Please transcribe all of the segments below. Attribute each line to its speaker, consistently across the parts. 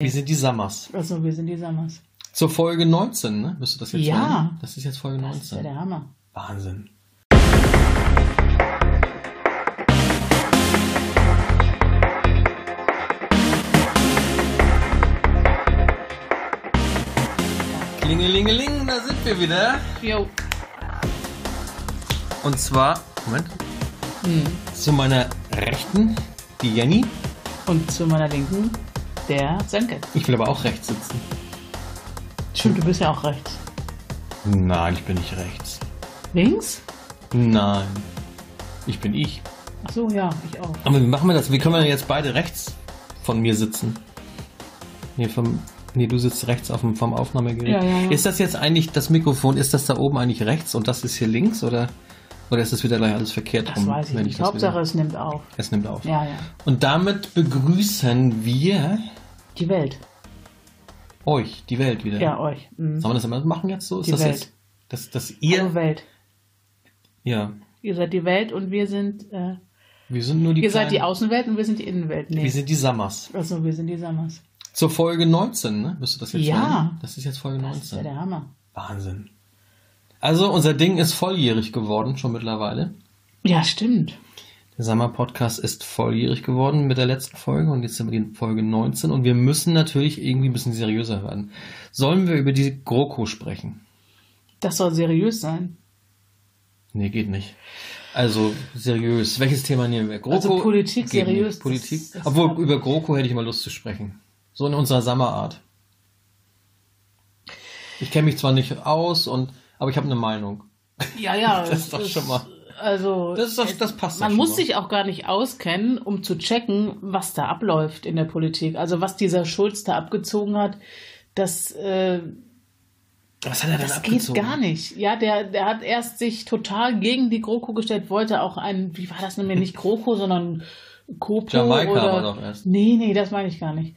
Speaker 1: Wir sind die Sammers.
Speaker 2: Also wir sind die Sammers.
Speaker 1: Zur Folge 19, ne? Müsste das jetzt
Speaker 2: Ja.
Speaker 1: sein? Das ist jetzt Folge
Speaker 2: Das ist ja
Speaker 1: 19.
Speaker 2: der Hammer.
Speaker 1: Wahnsinn. Klingelingeling, da sind wir wieder.
Speaker 2: Jo.
Speaker 1: Und zwar, Moment,
Speaker 2: Hm.
Speaker 1: zu meiner Rechten, die Jenny.
Speaker 2: Und zu meiner Linken der Senke.
Speaker 1: Ich will aber auch rechts sitzen.
Speaker 2: Stimmt, du bist ja auch rechts.
Speaker 1: Nein, ich bin nicht rechts.
Speaker 2: Links?
Speaker 1: Nein. Ich bin ich.
Speaker 2: Ach so, ja, ich auch.
Speaker 1: Aber wie machen wir das? Wie können wir denn jetzt beide rechts von mir sitzen? Nee, vom, nee du sitzt rechts auf dem, vom Aufnahmegerät.
Speaker 2: Ja, ja, ja.
Speaker 1: Ist das jetzt eigentlich das Mikrofon, ist das da oben eigentlich rechts und das ist hier links oder, oder ist das wieder gleich alles verkehrt
Speaker 2: Das
Speaker 1: rum?
Speaker 2: weiß ich
Speaker 1: wenn
Speaker 2: nicht.
Speaker 1: das
Speaker 2: Hauptsache,
Speaker 1: wieder-
Speaker 2: es nimmt auf.
Speaker 1: es nimmt auf.
Speaker 2: Ja, ja.
Speaker 1: Und damit begrüßen wir
Speaker 2: Die Welt.
Speaker 1: euch, die Welt wieder.
Speaker 2: Ja, euch. Mhm.
Speaker 1: Sollen wir das immer machen jetzt so? Ist
Speaker 2: Die
Speaker 1: das
Speaker 2: Welt. Also
Speaker 1: jetzt, dass, dass ihr,
Speaker 2: Hallo Welt.
Speaker 1: ja,
Speaker 2: Ihr seid die Welt und wir sind. Äh,
Speaker 1: wir sind nur die
Speaker 2: ihr seid die
Speaker 1: kleinen-
Speaker 2: Außenwelt und wir sind die Innenwelt. Nee.
Speaker 1: wir sind die Sammers.
Speaker 2: also wir sind die Sammers.
Speaker 1: Zur Folge 19, ne? Müsste das jetzt
Speaker 2: Ja.
Speaker 1: sein? Das ist jetzt Folge
Speaker 2: Das
Speaker 1: 19.
Speaker 2: ist ja der Hammer.
Speaker 1: Wahnsinn. Also unser Ding ist volljährig geworden schon mittlerweile.
Speaker 2: Ja, stimmt.
Speaker 1: Der Summer Podcast ist volljährig geworden mit der letzten Folge und jetzt sind wir in Folge 19 und wir müssen natürlich irgendwie ein bisschen seriöser werden. Sollen wir über die GroKo sprechen?
Speaker 2: Das soll seriös sein.
Speaker 1: Nee, geht nicht. Also seriös. Welches Thema nehmen wir? GroKo?
Speaker 2: Also Politik
Speaker 1: geht
Speaker 2: seriös,
Speaker 1: Nicht.
Speaker 2: das-
Speaker 1: Politik.
Speaker 2: das-
Speaker 1: Obwohl über GroKo hätte ich mal Lust zu sprechen. So in unserer Summerart. Ich kenne mich zwar nicht aus und aber ich habe eine Meinung.
Speaker 2: Ja, ja.
Speaker 1: Das ist
Speaker 2: es
Speaker 1: doch schon mal-
Speaker 2: Also,
Speaker 1: Das ist doch-
Speaker 2: es-
Speaker 1: das passt doch
Speaker 2: Man
Speaker 1: schon
Speaker 2: muss
Speaker 1: mal.
Speaker 2: sich auch gar nicht auskennen, um zu checken, was da abläuft in der Politik. Also, was dieser Schulz da abgezogen hat, das, äh,
Speaker 1: Was hat er denn
Speaker 2: das geht
Speaker 1: abgezogen?
Speaker 2: gar nicht. Ja, der, der hat erst sich total gegen die GroKo gestellt, wollte auch einen, wie war das denn, nicht GroKo, sondern Kopo
Speaker 1: Jamaika
Speaker 2: oder...
Speaker 1: war doch erst.
Speaker 2: Nee, nee, das meine ich gar nicht.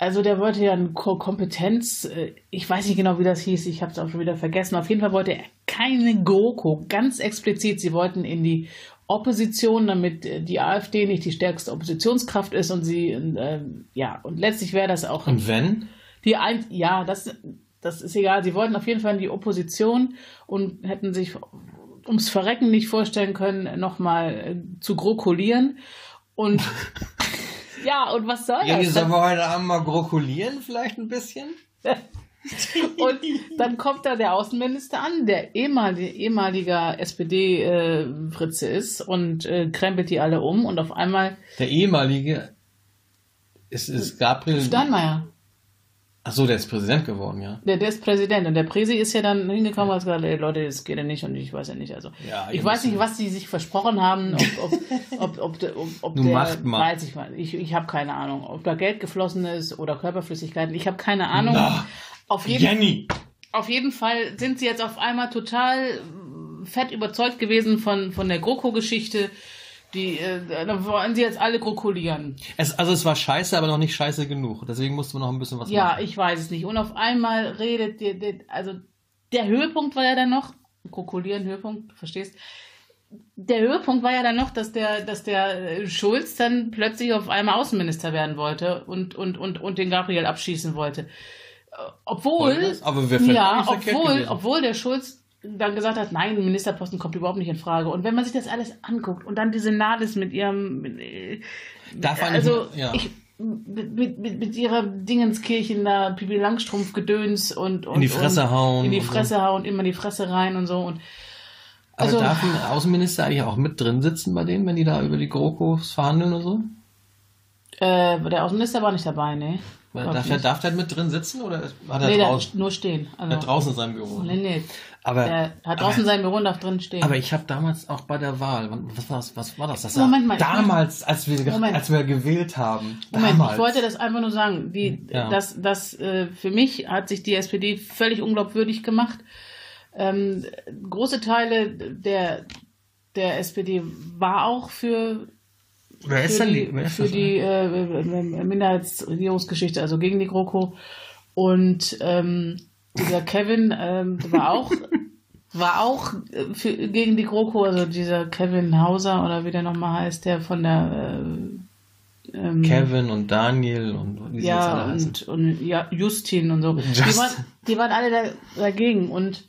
Speaker 2: Also der wollte ja eine Ko- Kompetenz, äh, ich weiß nicht genau, wie das hieß, ich habe es auch schon wieder vergessen. Auf jeden Fall wollte er keine GroKo, ganz explizit. Sie wollten in die Opposition, damit äh, die AfD nicht die stärkste Oppositionskraft ist und sie, äh, ja, und letztlich wäre das auch
Speaker 1: Und wenn?
Speaker 2: die ein ja, das, das ist egal. Sie wollten auf jeden Fall in die Opposition und hätten sich ums Verrecken nicht vorstellen können, nochmal äh, zu grokulieren. Und ja, und was soll das? Dann,
Speaker 1: wir heute Abend mal grokulieren vielleicht ein bisschen?
Speaker 2: und dann kommt da der Außenminister an, der ehemalige, ehemaliger SPD-Fritze äh, ist und äh, krempelt die alle um und auf einmal
Speaker 1: Der ehemalige ist, ist Gabriel.
Speaker 2: Steinmeier.
Speaker 1: Achso, der ist Präsident geworden, ja.
Speaker 2: Der, der ist Präsident und der Präsi ist ja dann hingekommen und hat gesagt, ey Leute, das geht ja nicht und ich weiß ja nicht. Also
Speaker 1: Ja, ihr
Speaker 2: ich weiß
Speaker 1: müsst-
Speaker 2: nicht, was die sich versprochen haben, ob, ob, ob, ob, der- ob, ob
Speaker 1: Nun
Speaker 2: der
Speaker 1: macht mal.
Speaker 2: weiß ich mal. Ich, ich habe keine Ahnung, ob da Geld geflossen ist oder Körperflüssigkeiten. Ich habe keine Ahnung.
Speaker 1: Na,
Speaker 2: auf, jeden,
Speaker 1: Jenny!
Speaker 2: auf jeden Fall sind sie jetzt auf einmal total mm, fett überzeugt gewesen von, von der GroKo-Geschichte. Die äh, da wollen sie jetzt alle grokulieren.
Speaker 1: Es, also es war scheiße, aber noch nicht scheiße genug. Deswegen musste man noch ein bisschen was
Speaker 2: Ja,
Speaker 1: machen.
Speaker 2: ich weiß es nicht. Und auf einmal redet der, der also der Höhepunkt war ja dann noch, Krokulieren, Höhepunkt, du verstehst? Der Höhepunkt war ja dann noch, dass der, dass der äh, Schulz dann plötzlich auf einmal Außenminister werden wollte und, und, und, und den Gabriel abschießen wollte. Äh,
Speaker 1: Wollte
Speaker 2: Obwohl,
Speaker 1: das? Aber wer fällt
Speaker 2: ja,
Speaker 1: eigentlich verkehrt
Speaker 2: obwohl,
Speaker 1: gewesen?
Speaker 2: obwohl der Schulz dann gesagt hat, nein, der Ministerposten kommt überhaupt nicht in Frage. Und wenn man sich das alles anguckt und dann diese Nahles mit ihrem, äh,
Speaker 1: Darf man
Speaker 2: also
Speaker 1: nicht, ja.
Speaker 2: ich mit, mit, mit, mit ihrer Dingenskirchen da Pipi Langstrumpf Gedöns und, und
Speaker 1: In die Fresse
Speaker 2: und
Speaker 1: hauen
Speaker 2: in die
Speaker 1: und so.
Speaker 2: Fresse hauen immer in die Fresse rein und so und
Speaker 1: aber
Speaker 2: also-
Speaker 1: darf ein Außenminister eigentlich auch mit drin sitzen bei denen, wenn die da über die GroKos verhandeln oder so?
Speaker 2: äh, der Außenminister war nicht dabei ne
Speaker 1: Weil
Speaker 2: Glaub
Speaker 1: Darf der,
Speaker 2: nicht.
Speaker 1: darf der mit drin sitzen oder hat er
Speaker 2: nee, der,
Speaker 1: draußen?
Speaker 2: nur stehen also,
Speaker 1: Der hat draußen in seinem Büro.
Speaker 2: nee nee
Speaker 1: Aber,
Speaker 2: der hat draußen sein Büro und darf drin stehen
Speaker 1: Aber ich habe damals auch bei der Wahl, wann- was war das? Was war das? das
Speaker 2: Moment mal, ich
Speaker 1: damals, als wir, ge-
Speaker 2: Moment.
Speaker 1: als wir gewählt haben.
Speaker 2: Moment,
Speaker 1: damals. Hm,
Speaker 2: ich wollte das einfach nur sagen. Die,
Speaker 1: Ja.
Speaker 2: das, das, äh, für mich hat sich die SPD völlig unglaubwürdig gemacht. Ähm, große Teile der, der SPD war auch für,
Speaker 1: Wer ist
Speaker 2: für
Speaker 1: denn
Speaker 2: die,
Speaker 1: die? Wer ist
Speaker 2: für
Speaker 1: das?
Speaker 2: die äh, äh, äh, Minderheitsregierungsgeschichte, also gegen die GroKo. Und ähm, dieser Kevin ähm, war auch, war auch äh, für, gegen die GroKo, also dieser Kevin Hauser oder wie der nochmal heißt, der von der äh, ähm,
Speaker 1: Kevin und Daniel und wie sie jetzt alle
Speaker 2: ja,
Speaker 1: heißen.
Speaker 2: und, und ja, Justin und so. Die
Speaker 1: Justin.
Speaker 2: waren, die waren alle da, dagegen und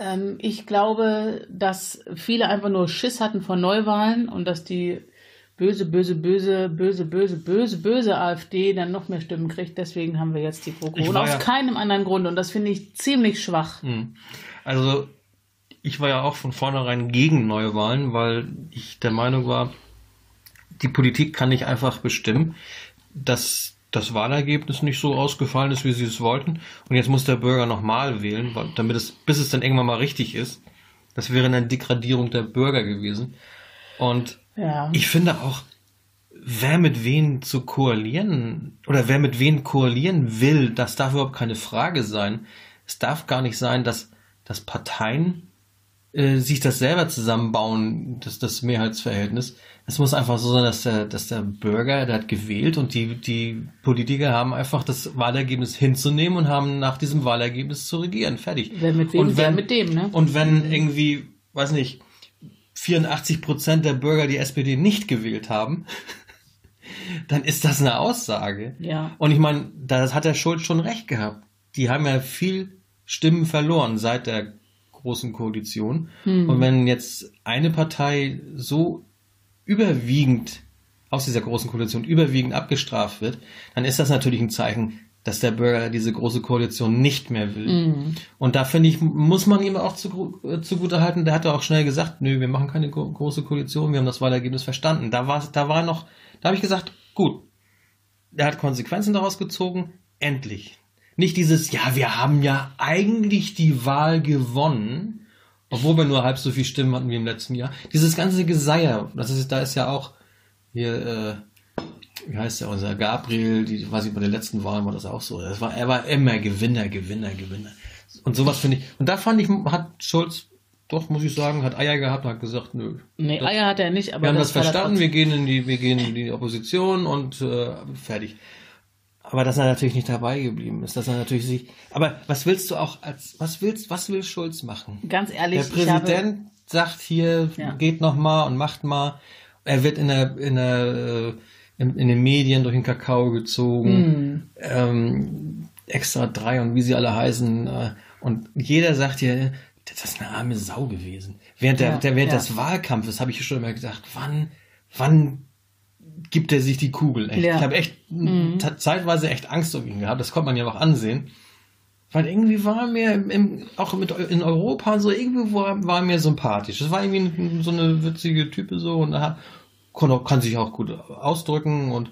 Speaker 2: ähm, ich glaube, dass viele einfach nur Schiss hatten vor Neuwahlen und dass die böse, böse, böse, böse, böse, böse, böse AfD dann noch mehr Stimmen kriegt. Deswegen haben wir jetzt die GroKo.
Speaker 1: Ich
Speaker 2: Und
Speaker 1: war
Speaker 2: aus
Speaker 1: ja-
Speaker 2: keinem anderen Grund. Und das finde ich ziemlich schwach.
Speaker 1: Hm. Also ich war ja auch von vornherein gegen Neuwahlen, weil ich der Meinung war, die Politik kann nicht einfach bestimmen, dass das Wahlergebnis nicht so ausgefallen ist, wie sie es wollten. Und jetzt muss der Bürger nochmal wählen, weil- damit es, bis es dann irgendwann mal richtig ist. Das wäre eine Degradierung der Bürger gewesen. Und
Speaker 2: Ja.
Speaker 1: ich finde auch, wer mit wen zu koalieren oder wer mit wen koalieren will, das darf überhaupt keine Frage sein. Es darf gar nicht sein, dass, dass Parteien äh, sich das selber zusammenbauen, das, das Mehrheitsverhältnis. Es muss einfach so sein, dass der, dass der Bürger, der hat gewählt und die, die Politiker haben einfach das Wahlergebnis hinzunehmen und haben nach diesem Wahlergebnis zu regieren. Fertig.
Speaker 2: Wer mit wem,
Speaker 1: und
Speaker 2: wer
Speaker 1: wenn-
Speaker 2: mit dem, ne?
Speaker 1: Und wenn irgendwie, weiß nicht, 84 Prozent der Bürger die SPD nicht gewählt haben, dann ist das eine Aussage.
Speaker 2: Ja.
Speaker 1: Und ich meine, da hat der Schulz schon recht gehabt. Die haben ja viel Stimmen verloren seit der großen Koalition. Und wenn jetzt eine Partei so überwiegend aus dieser großen Koalition überwiegend abgestraft wird, dann ist das natürlich ein Zeichen, dass der Bürger diese große Koalition nicht mehr will. Und da finde ich, muss man ihm auch zu, äh, zugutehalten, der hat ja auch schnell gesagt, nö, wir machen keine gro große Koalition, wir haben das Wahlergebnis verstanden. Da war, da war noch, da habe ich gesagt, gut, er hat Konsequenzen daraus gezogen, endlich. Nicht dieses, ja, wir haben ja eigentlich die Wahl gewonnen, obwohl wir nur halb so viel Stimmen hatten wie im letzten Jahr. Dieses ganze Geseier, das ist, da ist ja auch hier, äh, wie heißt der, unser Gabriel, die, weiß ich, bei den letzten Wahlen war das auch so. Das war, er war immer Gewinner, Gewinner, Gewinner. Und sowas finde ich, und da fand ich, hat Scholz, doch, muss ich sagen, hat Eier gehabt und hat gesagt, nö,
Speaker 2: Nee, Eier hat er nicht, aber
Speaker 1: wir haben das,
Speaker 2: war da
Speaker 1: verstanden, wir gehen, in die, wir gehen in die Opposition und äh, fertig. Aber dass er natürlich nicht dabei geblieben ist, dass er natürlich sich. Aber was willst du auch als was willst, was will Schulz machen?
Speaker 2: trotzdem- Ganz ehrlich,
Speaker 1: Der Präsident sagt hier,
Speaker 2: Ja.
Speaker 1: geht noch mal und macht mal. Er wird in der, in der äh, in, in den Medien durch den Kakao
Speaker 2: Hm.
Speaker 1: gezogen. Ähm, Extra 3 und wie sie alle heißen. Äh, und jeder sagt hier, das ist eine arme Sau gewesen. Während, der,
Speaker 2: Ja,
Speaker 1: der, während
Speaker 2: ja.
Speaker 1: des Wahlkampfes habe ich schon immer gedacht, wann, wann gibt er sich die Kugel? Echt.
Speaker 2: Ja. Mhm.
Speaker 1: Ich habe echt ta- zeitweise echt Angst um ihn gehabt. Das konnte man ja auch ansehen. Weil irgendwie war er mir im, im, auch mit, Eu- in Europa und so, irgendwie war, war er mir sympathisch. Das war irgendwie ein- so eine witzige Type so und er kann, auch, kann sich auch gut ausdrücken und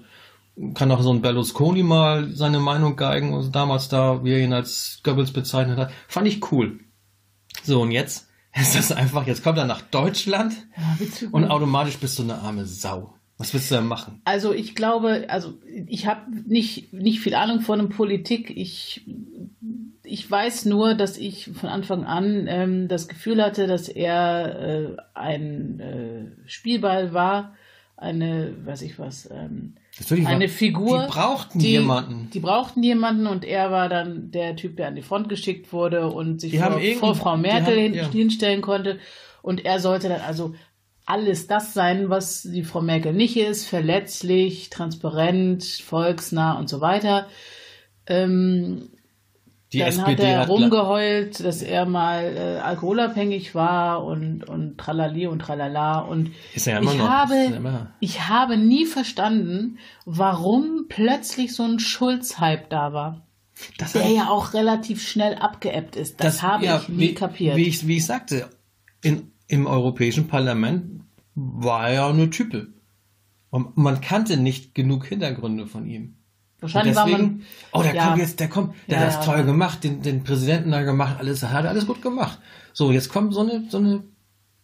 Speaker 1: kann auch so ein Berlusconi mal seine Meinung geigen und damals da, wie er ihn als Goebbels bezeichnet hat. Fand ich cool. So und jetzt ist das einfach, jetzt kommt er nach Deutschland
Speaker 2: ja,
Speaker 1: und automatisch bist du eine arme Sau. Was willst du da machen?
Speaker 2: Also ich glaube, also ich habe nicht, nicht viel Ahnung von der Politik. Ich, ich weiß nur, dass ich von Anfang an ähm, das Gefühl hatte, dass er äh, ein äh, Spielball war, eine, weiß ich was, ähm,
Speaker 1: Natürlich war-
Speaker 2: eine Figur.
Speaker 1: Die brauchten
Speaker 2: die-
Speaker 1: jemanden.
Speaker 2: Die brauchten jemanden und er war dann der Typ, der an die Front geschickt wurde und sich
Speaker 1: Die haben
Speaker 2: vor,
Speaker 1: irgend-
Speaker 2: vor Frau
Speaker 1: die
Speaker 2: Merkel
Speaker 1: haben-
Speaker 2: hin,
Speaker 1: ja.
Speaker 2: hinstellen konnte. Und er sollte dann also alles das sein, was die Frau Merkel nicht ist, verletzlich, transparent, volksnah und so weiter. Ähm,
Speaker 1: Die
Speaker 2: dann
Speaker 1: SPD
Speaker 2: hat er
Speaker 1: hat la-
Speaker 2: rumgeheult, dass er mal äh, alkoholabhängig war und, und tralali und tralala. Und
Speaker 1: Ist er ja immer
Speaker 2: ich,
Speaker 1: noch. Ist
Speaker 2: Habe,
Speaker 1: er immer-
Speaker 2: ich habe nie verstanden, warum plötzlich so ein Schulz-Hype da war.
Speaker 1: Das
Speaker 2: Der ja auch relativ schnell abgeebbt ist. Das, habe
Speaker 1: ja,
Speaker 2: ich nie
Speaker 1: wie,
Speaker 2: kapiert.
Speaker 1: Wie ich, wie ich sagte, in, im Europäischen Parlament war er ja nur Type. Und man kannte nicht genug Hintergründe von ihm. Und
Speaker 2: Wahrscheinlich war man.
Speaker 1: deswegen, oh, der
Speaker 2: ja.
Speaker 1: kommt jetzt, der kommt, der
Speaker 2: Ja,
Speaker 1: hat das
Speaker 2: ja.
Speaker 1: toll gemacht, den, den Präsidenten da gemacht, alles, hat alles gut gemacht. So, jetzt kommt so eine, so eine,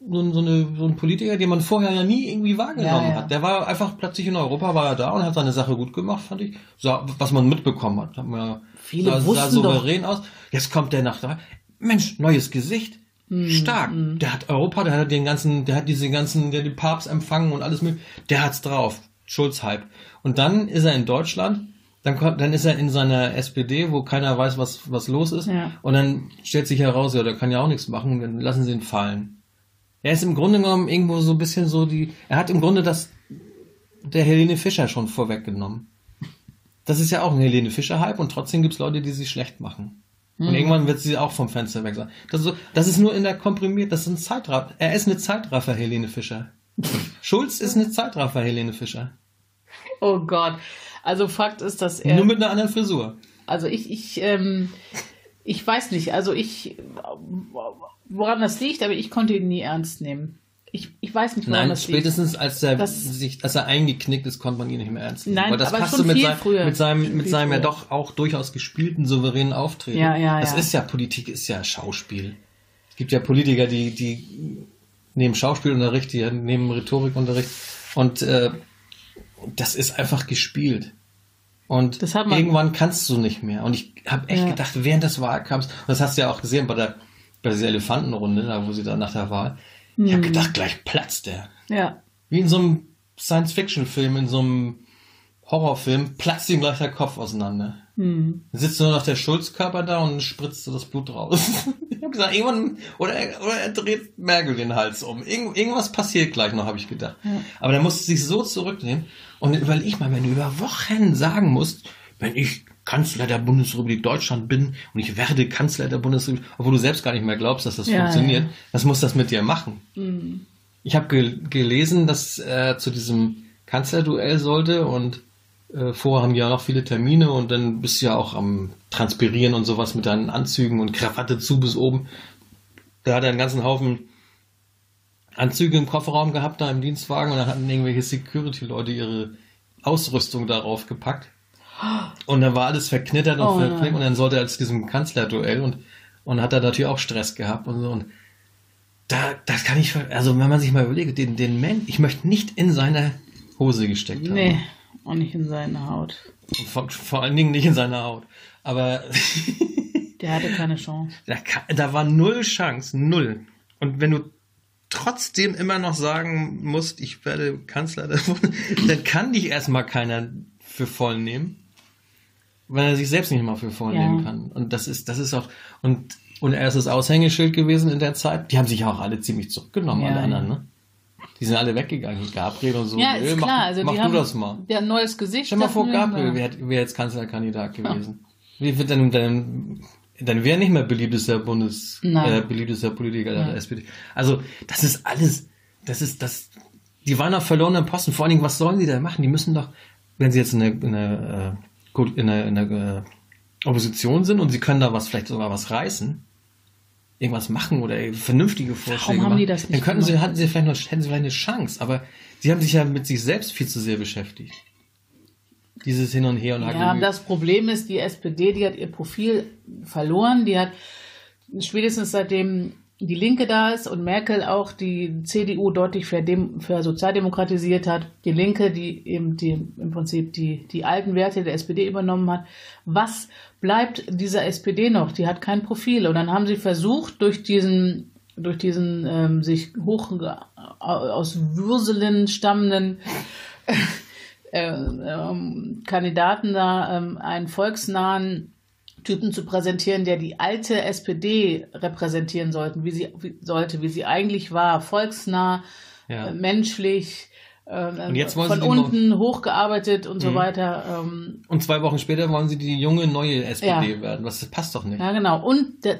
Speaker 1: so ein, so eine, so ein Politiker, den man vorher ja nie irgendwie wahrgenommen
Speaker 2: Ja, ja.
Speaker 1: hat. Der war einfach plötzlich in Europa, war er da und hat seine Sache gut gemacht, fand ich. Sah, was man mitbekommen hat, hat man ja,
Speaker 2: Viele
Speaker 1: sah, sah
Speaker 2: wussten
Speaker 1: souverän aus. Jetzt kommt der nach da. Mensch, neues Gesicht. Stark. Der hat Europa, der hat den ganzen, der hat diese ganzen, der hat den Papst empfangen und alles mit. Der hat's drauf. Schulz-Hype. Und dann ist er in Deutschland, dann, kommt, dann ist er in seiner SPD, wo keiner weiß, was, was los ist.
Speaker 2: Ja.
Speaker 1: Und dann stellt sich heraus, ja, der kann ja auch nichts machen, dann lassen sie ihn fallen. Er ist im Grunde genommen irgendwo so ein bisschen so die, er hat im Grunde das der Helene Fischer schon vorweggenommen. Das ist ja auch ein Helene Fischer-Hype und trotzdem gibt es Leute, die sie schlecht machen. Und irgendwann wird sie auch vom Fenster weg sein. Das ist, so, das ist nur in der komprimiert, das ist ein Zeitraffer. Er ist eine Zeitraffer, Helene Fischer. Schulz ist eine Zeitraffer, Helene Fischer.
Speaker 2: Oh Gott. Also Fakt ist, dass er.
Speaker 1: Nur mit einer anderen Frisur.
Speaker 2: Also ich, ich, ähm, ich weiß nicht. Also ich, woran das liegt, aber ich konnte ihn nie ernst nehmen. Ich, ich weiß nicht, woran
Speaker 1: Nein,
Speaker 2: das liegt.
Speaker 1: spätestens als er,
Speaker 2: Das-
Speaker 1: sich, als er eingeknickt ist, konnte man ihn nicht mehr ernst nehmen.
Speaker 2: Nein,
Speaker 1: Weil das
Speaker 2: aber
Speaker 1: passte
Speaker 2: schon
Speaker 1: mit,
Speaker 2: viel
Speaker 1: sein,
Speaker 2: früher.
Speaker 1: mit seinem, mit
Speaker 2: Viel
Speaker 1: seinem ja
Speaker 2: früher.
Speaker 1: doch auch durchaus gespielten, souveränen Auftreten.
Speaker 2: Ja, ja,
Speaker 1: Das
Speaker 2: ja.
Speaker 1: ist ja Politik, ist ja Schauspiel. Es gibt ja Politiker, die, die nehmen Schauspielunterricht, die nehmen Rhetorikunterricht und äh, das ist einfach gespielt. Und
Speaker 2: Das hat man-
Speaker 1: irgendwann kannst du nicht mehr. Und ich habe echt
Speaker 2: Ja.
Speaker 1: gedacht, während des Wahlkampfs, und das hast du ja auch gesehen bei der bei dieser Elefantenrunde, da wo sie da nach der Wahl, ich habe gedacht, gleich platzt der.
Speaker 2: Ja.
Speaker 1: Wie in so einem Science-Fiction-Film, in so einem Horrorfilm, platzt ihm gleich der Kopf auseinander.
Speaker 2: Hm.
Speaker 1: Dann sitzt nur noch der Schulzkörper da und spritzt so das Blut raus. ich habe gesagt, irgendwann, oder, er- oder er dreht Merkel den Hals um. Irgend, irgendwas passiert gleich noch, habe ich gedacht. Aber dann musst du dich so zurücknehmen und überleg mal, wenn du über Wochen sagen musst, wenn ich Kanzler der Bundesrepublik Deutschland bin und ich werde Kanzler der Bundesrepublik, obwohl du selbst gar nicht mehr glaubst, dass das
Speaker 2: Ja,
Speaker 1: funktioniert,
Speaker 2: ja.
Speaker 1: das muss das mit dir machen. Ich habe gel gelesen, dass äh, zu diesem Kanzlerduell sollte und äh, vorher haben die ja noch viele Termine und dann bist du ja auch am Transpirieren und sowas mit deinen Anzügen und Krawatte zu bis oben. Da hat er einen ganzen Haufen Anzüge im Kofferraum gehabt, da im Dienstwagen und dann hatten irgendwelche Security-Leute ihre Ausrüstung darauf gepackt. Und dann war alles verknittert und
Speaker 2: Oh nein.
Speaker 1: verknickt und dann sollte er zu diesem Kanzlerduell und, und hat er natürlich auch Stress gehabt und so. Und da, das kann ich, ver- also wenn man sich mal überlegt, den, den Mann, ich möchte nicht in seine Hose gesteckt haben.
Speaker 2: Nee, auch nicht in seine Haut.
Speaker 1: Und Vor, vor allen Dingen nicht in seiner Haut. Aber
Speaker 2: Der hatte keine Chance.
Speaker 1: da, ka- da war null Chance, null. Und wenn du trotzdem immer noch sagen musst, ich werde Kanzler, der Bund- dann kann dich erstmal keiner für voll nehmen, weil er sich selbst nicht mal für voll
Speaker 2: Ja.
Speaker 1: nehmen kann. Und das ist, das ist auch, und, und er ist das Aushängeschild gewesen in der Zeit. Die haben sich ja auch alle ziemlich zurückgenommen,
Speaker 2: Ja.
Speaker 1: alle anderen, ne? Die sind alle weggegangen. Gabriel und so.
Speaker 2: Ja, ist
Speaker 1: "Nö, mach,
Speaker 2: klar. Also
Speaker 1: mach
Speaker 2: die
Speaker 1: du
Speaker 2: haben,
Speaker 1: das mal.
Speaker 2: Der hat ein neues Gesicht.
Speaker 1: Stell mal
Speaker 2: das
Speaker 1: vor,
Speaker 2: mögen wir.
Speaker 1: Gabriel wäre wär jetzt Kanzlerkandidat gewesen. Wie wird dann, dann, dann wäre er nicht mehr beliebtester Bundes,
Speaker 2: Nein.
Speaker 1: äh, beliebtester Politiker der SPD. Also, das ist alles, das ist, das, die waren auf verlorenen Posten. Vor allen Dingen, was sollen die da machen? Die müssen doch, wenn sie jetzt in der, in der, äh, gut, in der, in der äh, Opposition sind und sie können da was, vielleicht sogar was reißen, irgendwas machen oder äh, vernünftige Vorschläge
Speaker 2: haben
Speaker 1: machen,
Speaker 2: die das nicht
Speaker 1: dann könnten sie,
Speaker 2: gemacht?
Speaker 1: hatten sie vielleicht noch, hätten sie vielleicht eine Chance. Aber sie haben sich ja mit sich selbst viel zu sehr beschäftigt dieses Hin und Her und
Speaker 2: Ja,
Speaker 1: Hagelü.
Speaker 2: das Problem ist, die SPD, die hat ihr Profil verloren. Die hat spätestens seitdem die Linke da ist und Merkel auch die CDU deutlich für, dem, für sozialdemokratisiert hat, die Linke, die eben die, im Prinzip die, die alten Werte der SPD übernommen hat. Was bleibt dieser SPD noch? Die hat kein Profil. Und dann haben sie versucht, durch diesen durch diesen ähm, sich hoch äh, aus Würselen stammenden äh, ähm, Kandidaten da ähm, einen volksnahen Typen zu präsentieren, der die alte SPD repräsentieren sollten, wie sie wie, sollte, wie sie eigentlich war, volksnah,
Speaker 1: Ja.
Speaker 2: äh, menschlich, äh,
Speaker 1: Und jetzt wollen
Speaker 2: von
Speaker 1: sie Mhm. die
Speaker 2: unten hochgearbeitet und so weiter. Ähm,
Speaker 1: und zwei Wochen später wollen sie die junge neue SPD
Speaker 2: Ja.
Speaker 1: werden. Was, das passt doch nicht.
Speaker 2: Ja, genau. Und, der-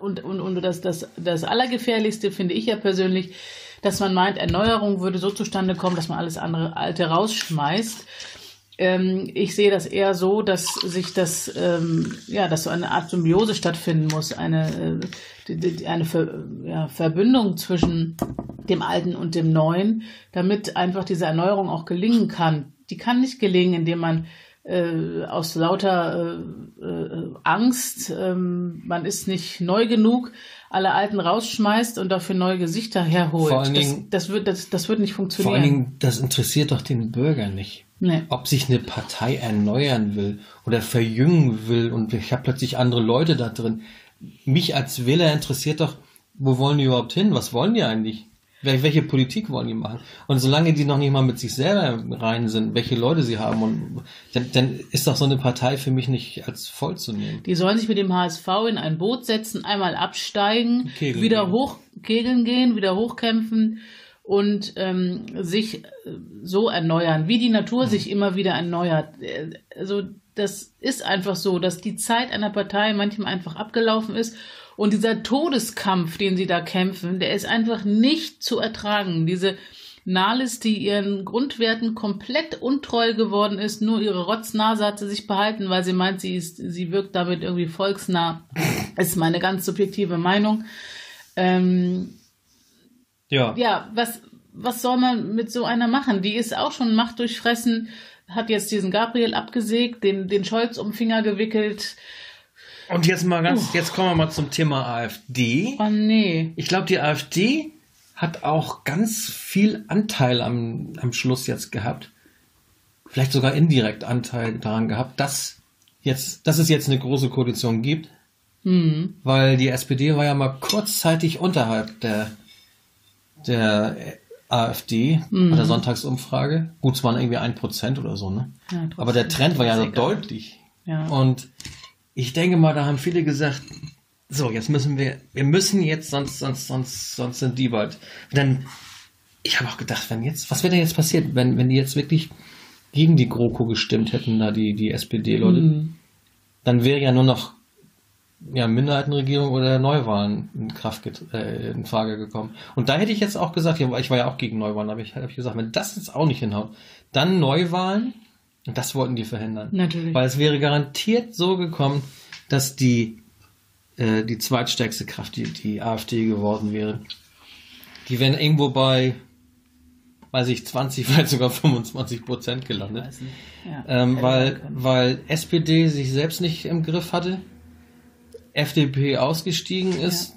Speaker 2: und, und, und das, das, das Allergefährlichste finde ich ja persönlich, dass man meint, Erneuerung würde so zustande kommen, dass man alles andere Alte rausschmeißt. Ähm, ich sehe das eher so, dass sich das, ähm, ja, dass so eine Art Symbiose stattfinden muss, eine, äh, die- die- eine Ver, ja, Verbündung zwischen dem Alten und dem Neuen, damit einfach diese Erneuerung auch gelingen kann. Die kann nicht gelingen, indem man äh, aus lauter äh, äh, Angst, ähm, man ist nicht neu genug, alle Alten rausschmeißt und dafür neue Gesichter herholt.
Speaker 1: Vor allen Dingen-
Speaker 2: das, das, wird, das, das wird nicht
Speaker 1: Vor
Speaker 2: funktionieren.
Speaker 1: allen Dingen, das interessiert doch den Bürger nicht.
Speaker 2: Nee.
Speaker 1: Ob sich eine Partei erneuern will oder verjüngen will und ich habe plötzlich andere Leute da drin. Mich als Wähler interessiert doch, wo wollen die überhaupt hin? Was wollen die eigentlich? Wel- Welche Politik wollen die machen? Und solange die noch nicht mal mit sich selber rein sind, welche Leute sie haben, und, dann, dann ist doch so eine Partei für mich nicht als voll zu nehmen.
Speaker 2: Die sollen sich mit dem HSV in ein Boot setzen, einmal absteigen,
Speaker 1: Kegeln
Speaker 2: wieder
Speaker 1: gehen.
Speaker 2: hoch kegeln gehen, wieder hochkämpfen und ähm, sich äh, so erneuern, wie die Natur sich immer wieder erneuert. Äh, Also das ist einfach so, dass die Zeit einer Partei manchmal einfach abgelaufen ist und dieser Todeskampf, den sie da kämpfen, der ist einfach nicht zu ertragen. Diese Nalis, die ihren Grundwerten komplett untreu geworden ist, nur ihre Rotznase hat sie sich behalten, weil sie meint, sie, ist, sie wirkt damit irgendwie volksnah. ist meine ganz subjektive Meinung. Ähm,
Speaker 1: Ja.
Speaker 2: ja, was, was soll man mit so einer machen? Die ist auch schon machtdurchfressen, hat jetzt diesen Gabriel abgesägt, den, den Scholz um den Finger gewickelt.
Speaker 1: Und jetzt mal ganz, jetzt kommen wir mal zum Thema AfD.
Speaker 2: Oh nee.
Speaker 1: Ich glaube, die AfD hat auch ganz viel Anteil am, am Schluss jetzt gehabt. Vielleicht sogar indirekt Anteil daran gehabt, dass, jetzt, dass es jetzt eine große Koalition gibt.
Speaker 2: Mhm.
Speaker 1: Weil die SPD war ja mal kurzzeitig unterhalb der, der AfD bei
Speaker 2: Mhm.
Speaker 1: der Sonntagsumfrage. Gut, es waren irgendwie ein Prozent oder so, ne?
Speaker 2: Ja, trotzdem.
Speaker 1: Aber der Trend war ja so
Speaker 2: Egal.
Speaker 1: deutlich.
Speaker 2: Ja.
Speaker 1: Und ich denke mal, da haben viele gesagt, so, jetzt müssen wir, wir müssen jetzt, sonst, sonst, sonst, sonst sind die bald. Und dann, ich habe auch gedacht, wenn jetzt, was wäre denn jetzt passiert, wenn, wenn die jetzt wirklich gegen die GroKo gestimmt hätten, da die, die SPD-Leute, dann wäre ja nur noch ja, Minderheitenregierung oder Neuwahlen in Kraft get- äh, in Frage gekommen. Und da hätte ich jetzt auch gesagt, ja, ich war ja auch gegen Neuwahlen, aber ich habe ich gesagt, wenn das jetzt auch nicht hinhaut, dann Neuwahlen. Und das wollten die verhindern.
Speaker 2: Natürlich.
Speaker 1: Weil es wäre garantiert so gekommen, dass die, äh, die zweitstärkste Kraft, die, die AfD geworden wäre. Die wären irgendwo bei, weiß ich, 20, vielleicht sogar 25 Prozent gelandet.
Speaker 2: Weiß nicht. Ja,
Speaker 1: Ähm,
Speaker 2: hätte
Speaker 1: weil,
Speaker 2: sein können.
Speaker 1: weil SPD sich selbst nicht im Griff hatte, FDP ausgestiegen ist,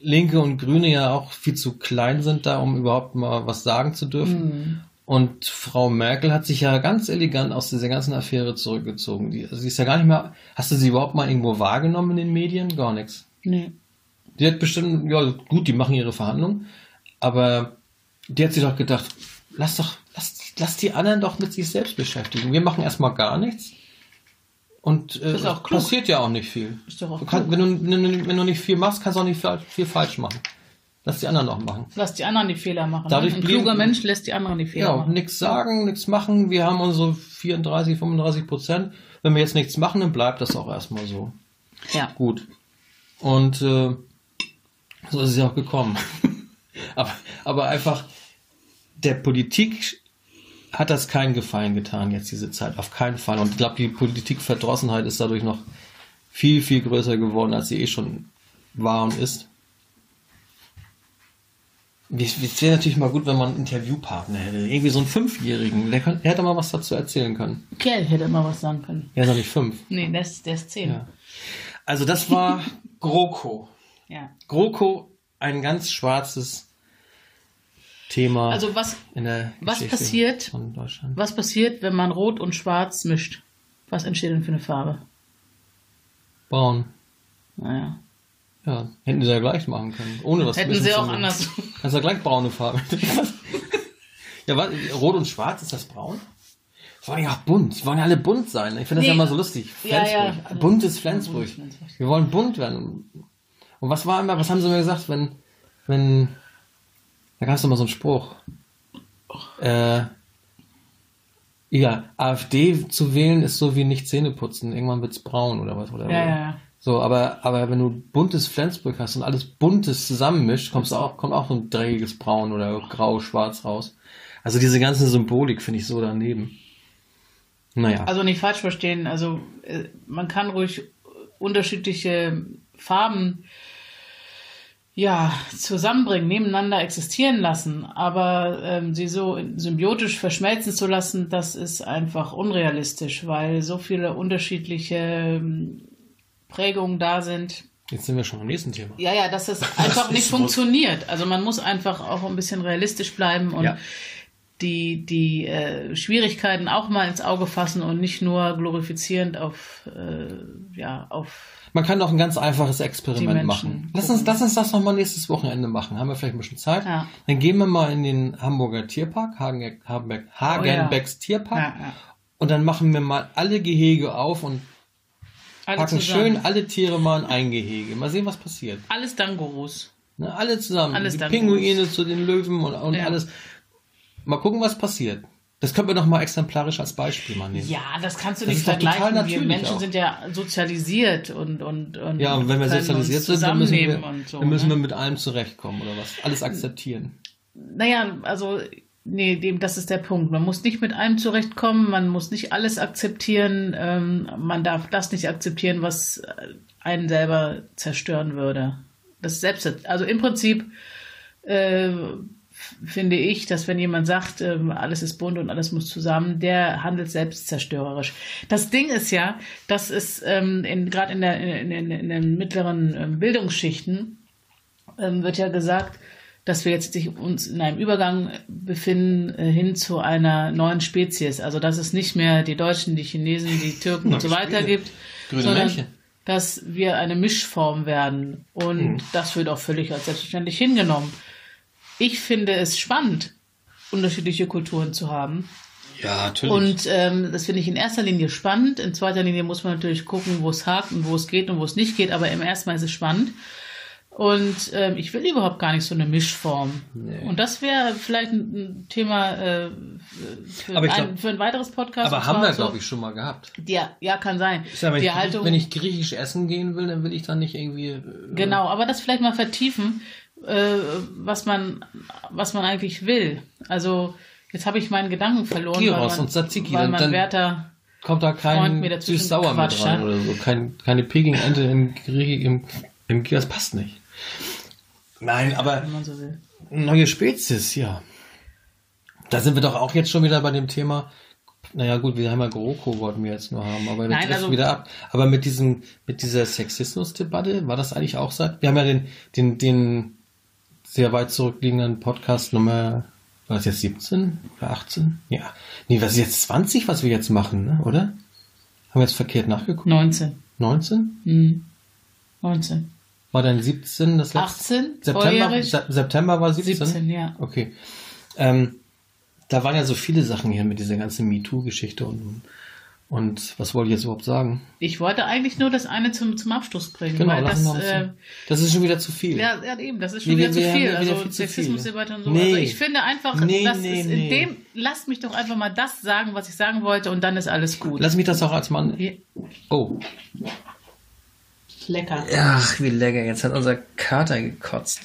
Speaker 1: Linke und Grüne ja auch viel zu klein sind da, um überhaupt mal was sagen zu dürfen.
Speaker 2: Mhm.
Speaker 1: Und Frau Merkel hat sich ja ganz elegant aus dieser ganzen Affäre zurückgezogen. Die, also sie ist ja gar nicht mehr. Hast du sie überhaupt mal irgendwo wahrgenommen in den Medien? Gar nichts.
Speaker 2: Nee.
Speaker 1: Die hat bestimmt, ja gut, die machen ihre Verhandlungen, aber die hat sich doch gedacht, lass doch, lass, lass die anderen doch mit sich selbst beschäftigen. Wir machen erstmal gar nichts. Und äh,
Speaker 2: Ist auch klug.
Speaker 1: passiert ja auch nicht viel.
Speaker 2: Ist doch auch
Speaker 1: du kannst, wenn, du, wenn, du, wenn du nicht viel machst, kannst du auch nicht viel, viel falsch machen. Lass die anderen noch machen.
Speaker 2: Lass die anderen die Fehler machen.
Speaker 1: Dadurch
Speaker 2: ne? Ein
Speaker 1: blieben-
Speaker 2: kluger Mensch lässt die anderen die Fehler
Speaker 1: Ja,
Speaker 2: machen.
Speaker 1: nichts sagen, nichts machen. Wir haben unsere 34, 35 Prozent. Wenn wir jetzt nichts machen, dann bleibt das auch erstmal so.
Speaker 2: Ja.
Speaker 1: Gut. Und äh, so ist es ja auch gekommen. aber, aber einfach, der Politik hat das keinen Gefallen getan jetzt diese Zeit. Auf keinen Fall. Und ich glaube, die Politikverdrossenheit ist dadurch noch viel, viel größer geworden, als sie eh schon war und ist. Es es wäre natürlich mal gut, wenn man einen Interviewpartner hätte. Irgendwie so einen Fünfjährigen. Der, kann, der hätte mal was dazu erzählen können.
Speaker 2: Kerl hätte mal was sagen können.
Speaker 1: Er ist noch nicht fünf.
Speaker 2: Nee, der ist, der ist zehn.
Speaker 1: Ja. Also das war GroKo.
Speaker 2: ja.
Speaker 1: GroKo ein ganz schwarzes Thema
Speaker 2: Also was,
Speaker 1: in der
Speaker 2: was
Speaker 1: Geschichte
Speaker 2: passiert?
Speaker 1: von Deutschland.
Speaker 2: was passiert, wenn man Rot und Schwarz mischt? Was entsteht denn für eine Farbe?
Speaker 1: Braun.
Speaker 2: Naja.
Speaker 1: Ja, hätten sie ja gleich machen können. Ohne das
Speaker 2: Hätten
Speaker 1: wissen
Speaker 2: sie
Speaker 1: zu
Speaker 2: auch
Speaker 1: müssen.
Speaker 2: anders.
Speaker 1: Kannst ja gleich braune Farbe. ja, was, rot und schwarz, ist das braun? Wollen ja auch bunt. Wollen ja alle bunt sein. ne? Ich finde das
Speaker 2: Nee.
Speaker 1: ja immer so lustig.
Speaker 2: Ja,
Speaker 1: Flensburg.
Speaker 2: ja.
Speaker 1: Buntes Flensburg.
Speaker 2: Buntes Flensburg.
Speaker 1: Wir wollen bunt werden. Und was war immer, was haben sie immer gesagt, wenn, wenn, da gab es immer so einen Spruch. Äh, ja, AfD zu wählen ist so wie nicht Zähne putzen. Irgendwann wird's braun oder was, oder?
Speaker 2: Ja, ja, ja.
Speaker 1: So, aber, aber wenn du buntes Flensburg hast und alles buntes zusammenmischt, kommst du auch, kommt auch so ein dreckiges Braun oder grau-schwarz raus. Also diese ganze Symbolik finde ich so daneben. Naja.
Speaker 2: Also nicht falsch verstehen. Also äh, man kann ruhig unterschiedliche Farben ja zusammenbringen, nebeneinander existieren lassen, aber ähm, sie so in- symbiotisch verschmelzen zu lassen, das ist einfach unrealistisch, weil so viele unterschiedliche ähm, Prägungen da sind.
Speaker 1: Jetzt sind wir schon am nächsten Thema.
Speaker 2: Ja, ja, dass das einfach nicht funktioniert. Also man muss einfach auch ein bisschen realistisch bleiben und
Speaker 1: Ja.
Speaker 2: die, die äh, Schwierigkeiten auch mal ins Auge fassen und nicht nur glorifizierend auf, äh, ja, auf,
Speaker 1: Man kann doch ein ganz einfaches
Speaker 2: Die
Speaker 1: Experiment
Speaker 2: Menschen
Speaker 1: machen. Lass
Speaker 2: gucken.
Speaker 1: uns, lass uns das nochmal nächstes Wochenende machen. Haben wir vielleicht ein bisschen Zeit?
Speaker 2: Ja.
Speaker 1: Dann gehen wir mal in den Hamburger Tierpark, Hagen, Hagenbeck, Hagenbecks Tierpark.
Speaker 2: Oh Ja, ja.
Speaker 1: Und dann machen wir mal alle Gehege auf und
Speaker 2: alles
Speaker 1: packen
Speaker 2: zusammen.
Speaker 1: schön alle Tiere mal in ein Gehege. Mal sehen, was passiert.
Speaker 2: Alles Dangurus.
Speaker 1: Ne, alle zusammen.
Speaker 2: Alles
Speaker 1: die
Speaker 2: dann.
Speaker 1: Pinguine zu den Löwen und, und
Speaker 2: Ja.
Speaker 1: alles. Mal gucken, was passiert. Das können wir noch mal exemplarisch als Beispiel mal nehmen.
Speaker 2: Ja, das kannst du
Speaker 1: Das
Speaker 2: nicht
Speaker 1: ist doch total
Speaker 2: vergleichen. Wir
Speaker 1: natürlich
Speaker 2: Menschen
Speaker 1: auch.
Speaker 2: sind ja sozialisiert und und und.
Speaker 1: Ja, und wenn wir
Speaker 2: können uns
Speaker 1: sozialisiert sind, dann müssen,
Speaker 2: zusammennehmen
Speaker 1: wir,
Speaker 2: und so.
Speaker 1: dann müssen wir
Speaker 2: ne?
Speaker 1: mit allem zurechtkommen oder was. Alles akzeptieren.
Speaker 2: Naja, also nee, dem das ist der Punkt. Man muss nicht mit allem zurechtkommen. Man muss nicht alles akzeptieren. Ähm, man darf das nicht akzeptieren, was äh, einen selber zerstören würde. Das selbst, also im Prinzip äh, f- finde ich, dass wenn jemand sagt, ähm, alles ist bunt und alles muss zusammen, der handelt selbstzerstörerisch. Das Ding ist ja, dass es ähm, in, gerade in, der- in, in, in den mittleren ähm, Bildungsschichten ähm, wird ja gesagt, dass wir jetzt sich uns in einem Übergang befinden äh, hin zu einer neuen Spezies. Also dass es nicht mehr die Deutschen, die Chinesen, die Türken und so
Speaker 1: Neue
Speaker 2: weiter
Speaker 1: Spezies.
Speaker 2: gibt,
Speaker 1: Grüne
Speaker 2: sondern
Speaker 1: Männchen.
Speaker 2: dass wir eine Mischform werden. Und
Speaker 1: Hm.
Speaker 2: das wird auch völlig als selbstverständlich hingenommen. Ich finde es spannend, unterschiedliche Kulturen zu haben.
Speaker 1: Ja, natürlich.
Speaker 2: Und ähm, das finde ich in erster Linie spannend. In zweiter Linie muss man natürlich gucken, wo es hakt und wo es geht und wo es nicht geht. Aber im ersten Mal ist es spannend. Und ähm, ich will überhaupt gar nicht so eine Mischform.
Speaker 1: Nee.
Speaker 2: Und das wäre vielleicht ein ein Thema äh, für,
Speaker 1: Aber ich
Speaker 2: ein,
Speaker 1: glaub-
Speaker 2: für ein weiteres Podcast.
Speaker 1: aber haben wir, glaube ich, schon mal gehabt.
Speaker 2: ich. Ja, ja, kann sein.
Speaker 1: Ich sag, wenn,
Speaker 2: Die
Speaker 1: ich,
Speaker 2: Haltung-
Speaker 1: wenn ich griechisch essen gehen will, dann will ich dann nicht irgendwie. äh,
Speaker 2: Genau, aber das vielleicht mal vertiefen, äh, was, man, was man eigentlich will. Also, jetzt habe ich meinen Gedanken verloren.
Speaker 1: Gyros
Speaker 2: weil man,
Speaker 1: und Tzatziki,
Speaker 2: Weil
Speaker 1: dann-
Speaker 2: man
Speaker 1: dann-
Speaker 2: Werther,
Speaker 1: Kommt da
Speaker 2: Freund
Speaker 1: kein
Speaker 2: mir dazwischen
Speaker 1: süß-sauer mit
Speaker 2: quatscht,
Speaker 1: rein
Speaker 2: ne?
Speaker 1: oder so. Kein, keine Peking-Ente in Griech, im, im Griech, das passt nicht. Nein, aber
Speaker 2: wenn man so will.
Speaker 1: neue Spezies, ja. Da sind wir doch auch jetzt schon wieder bei dem Thema. Naja, gut, wir haben ja Goroko, wollten wir jetzt nur haben, aber wir
Speaker 2: Nein,
Speaker 1: treffen
Speaker 2: also-
Speaker 1: wieder ab. Aber mit diesem, mit dieser Sexismusdebatte war das eigentlich auch seit. Wir haben ja den, den, den sehr weit zurückliegenden Podcast Nummer, war es jetzt 17 oder 18? Ja. Nee, was ist jetzt 20, was wir jetzt machen, ne? oder? Haben wir jetzt verkehrt nachgeguckt?
Speaker 2: 19.
Speaker 1: 19?
Speaker 2: Hm. 19.
Speaker 1: War dann 17 das letzte?
Speaker 2: 18?
Speaker 1: September,
Speaker 2: volljährig?
Speaker 1: Se September war 17?
Speaker 2: 17, ja.
Speaker 1: Okay. Ähm, da waren ja so viele Sachen hier mit dieser ganzen MeToo-Geschichte und, und was wollte ich jetzt überhaupt sagen?
Speaker 2: Ich wollte eigentlich nur das eine zum, zum Abschluss bringen.
Speaker 1: Genau,
Speaker 2: weil
Speaker 1: lass
Speaker 2: das,
Speaker 1: uns noch was
Speaker 2: äh,
Speaker 1: sagen. das ist schon wieder zu viel.
Speaker 2: ja, ja, eben, das ist schon
Speaker 1: Nee, wir-
Speaker 2: wieder zu
Speaker 1: wir haben
Speaker 2: viel.
Speaker 1: ja wieder
Speaker 2: Also
Speaker 1: viel zu viel.
Speaker 2: Sexismusdebatte und so.
Speaker 1: Nee.
Speaker 2: Also ich finde einfach,
Speaker 1: Nee,
Speaker 2: das
Speaker 1: nee,
Speaker 2: ist
Speaker 1: nee.
Speaker 2: in dem, lasst mich doch einfach mal das sagen, was ich sagen wollte und dann ist alles gut.
Speaker 1: Lass mich das auch als Mann.
Speaker 2: Hier.
Speaker 1: Oh.
Speaker 2: Lecker.
Speaker 1: Ach, wie lecker. Jetzt hat unser Kater gekotzt.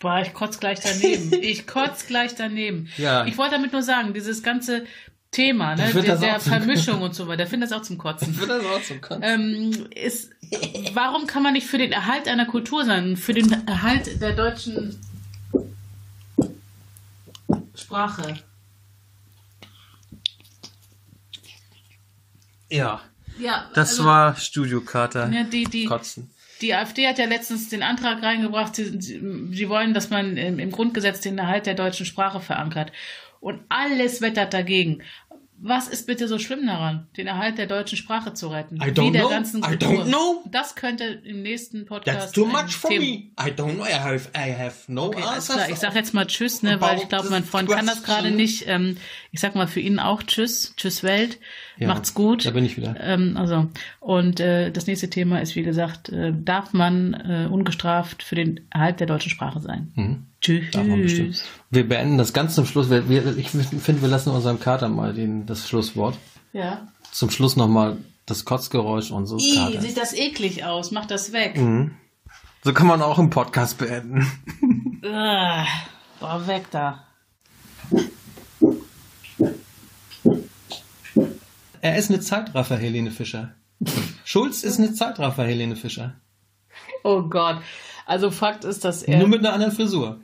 Speaker 2: Boah, ich kotz gleich daneben. Ich kotz gleich daneben.
Speaker 1: Ja.
Speaker 2: Ich wollte damit nur sagen, dieses ganze Thema, ne,
Speaker 1: Ich find
Speaker 2: der,
Speaker 1: das auch
Speaker 2: der
Speaker 1: zum-
Speaker 2: Vermischung und so weiter, der findet das auch zum Kotzen.
Speaker 1: Wird das auch zum Kotzen?
Speaker 2: ähm, ist, warum kann man nicht für den Erhalt einer Kultur sein, für den Erhalt der deutschen Sprache?
Speaker 1: Ja.
Speaker 2: Ja,
Speaker 1: Das
Speaker 2: also,
Speaker 1: war Studio Kater.
Speaker 2: Ja, die, die,
Speaker 1: Kotzen.
Speaker 2: die AfD hat ja letztens den Antrag reingebracht, sie, sie, sie wollen, dass man im, im Grundgesetz den Erhalt der deutschen Sprache verankert. Und alles wettert dagegen. Was ist bitte so schlimm daran, den Erhalt der deutschen Sprache zu retten?
Speaker 1: I don't
Speaker 2: Wie der
Speaker 1: know.
Speaker 2: ganzen
Speaker 1: I
Speaker 2: Kultur.
Speaker 1: don't know.
Speaker 2: Das könnte im nächsten Podcast.
Speaker 1: That's too
Speaker 2: ein
Speaker 1: much for
Speaker 2: Thema-
Speaker 1: me. I don't know. I have, I have no
Speaker 2: Okay, alles
Speaker 1: answer.
Speaker 2: klar. Ich sag jetzt mal Tschüss, ne, weil ich glaube, mein Freund kann das gerade nicht. Ähm, ich sag mal für ihn auch Tschüss, Tschüss Welt,
Speaker 1: Ja,
Speaker 2: macht's gut.
Speaker 1: da bin ich wieder.
Speaker 2: Ähm, also und äh, das nächste Thema ist wie gesagt, äh, darf man äh, ungestraft für den Erhalt der deutschen Sprache sein?
Speaker 1: Mhm.
Speaker 2: Tschüss.
Speaker 1: Darf man bestimmt. Wir beenden das ganz zum Schluss. Wir, wir, ich finde, wir lassen unserem Kater mal den, das Schlusswort.
Speaker 2: Ja.
Speaker 1: Zum Schluss nochmal das Kotzgeräusch und so.
Speaker 2: I,
Speaker 1: Kater.
Speaker 2: sieht das eklig aus, mach das weg.
Speaker 1: Mhm. So kann man auch einen Podcast beenden.
Speaker 2: Ugh. Boah, weg da.
Speaker 1: Er ist eine Zeitraffer, Helene Fischer. Schulz ist eine Zeitraffer, Helene Fischer.
Speaker 2: Oh Gott. Also Fakt ist, dass er
Speaker 1: Nur mit einer anderen Frisur.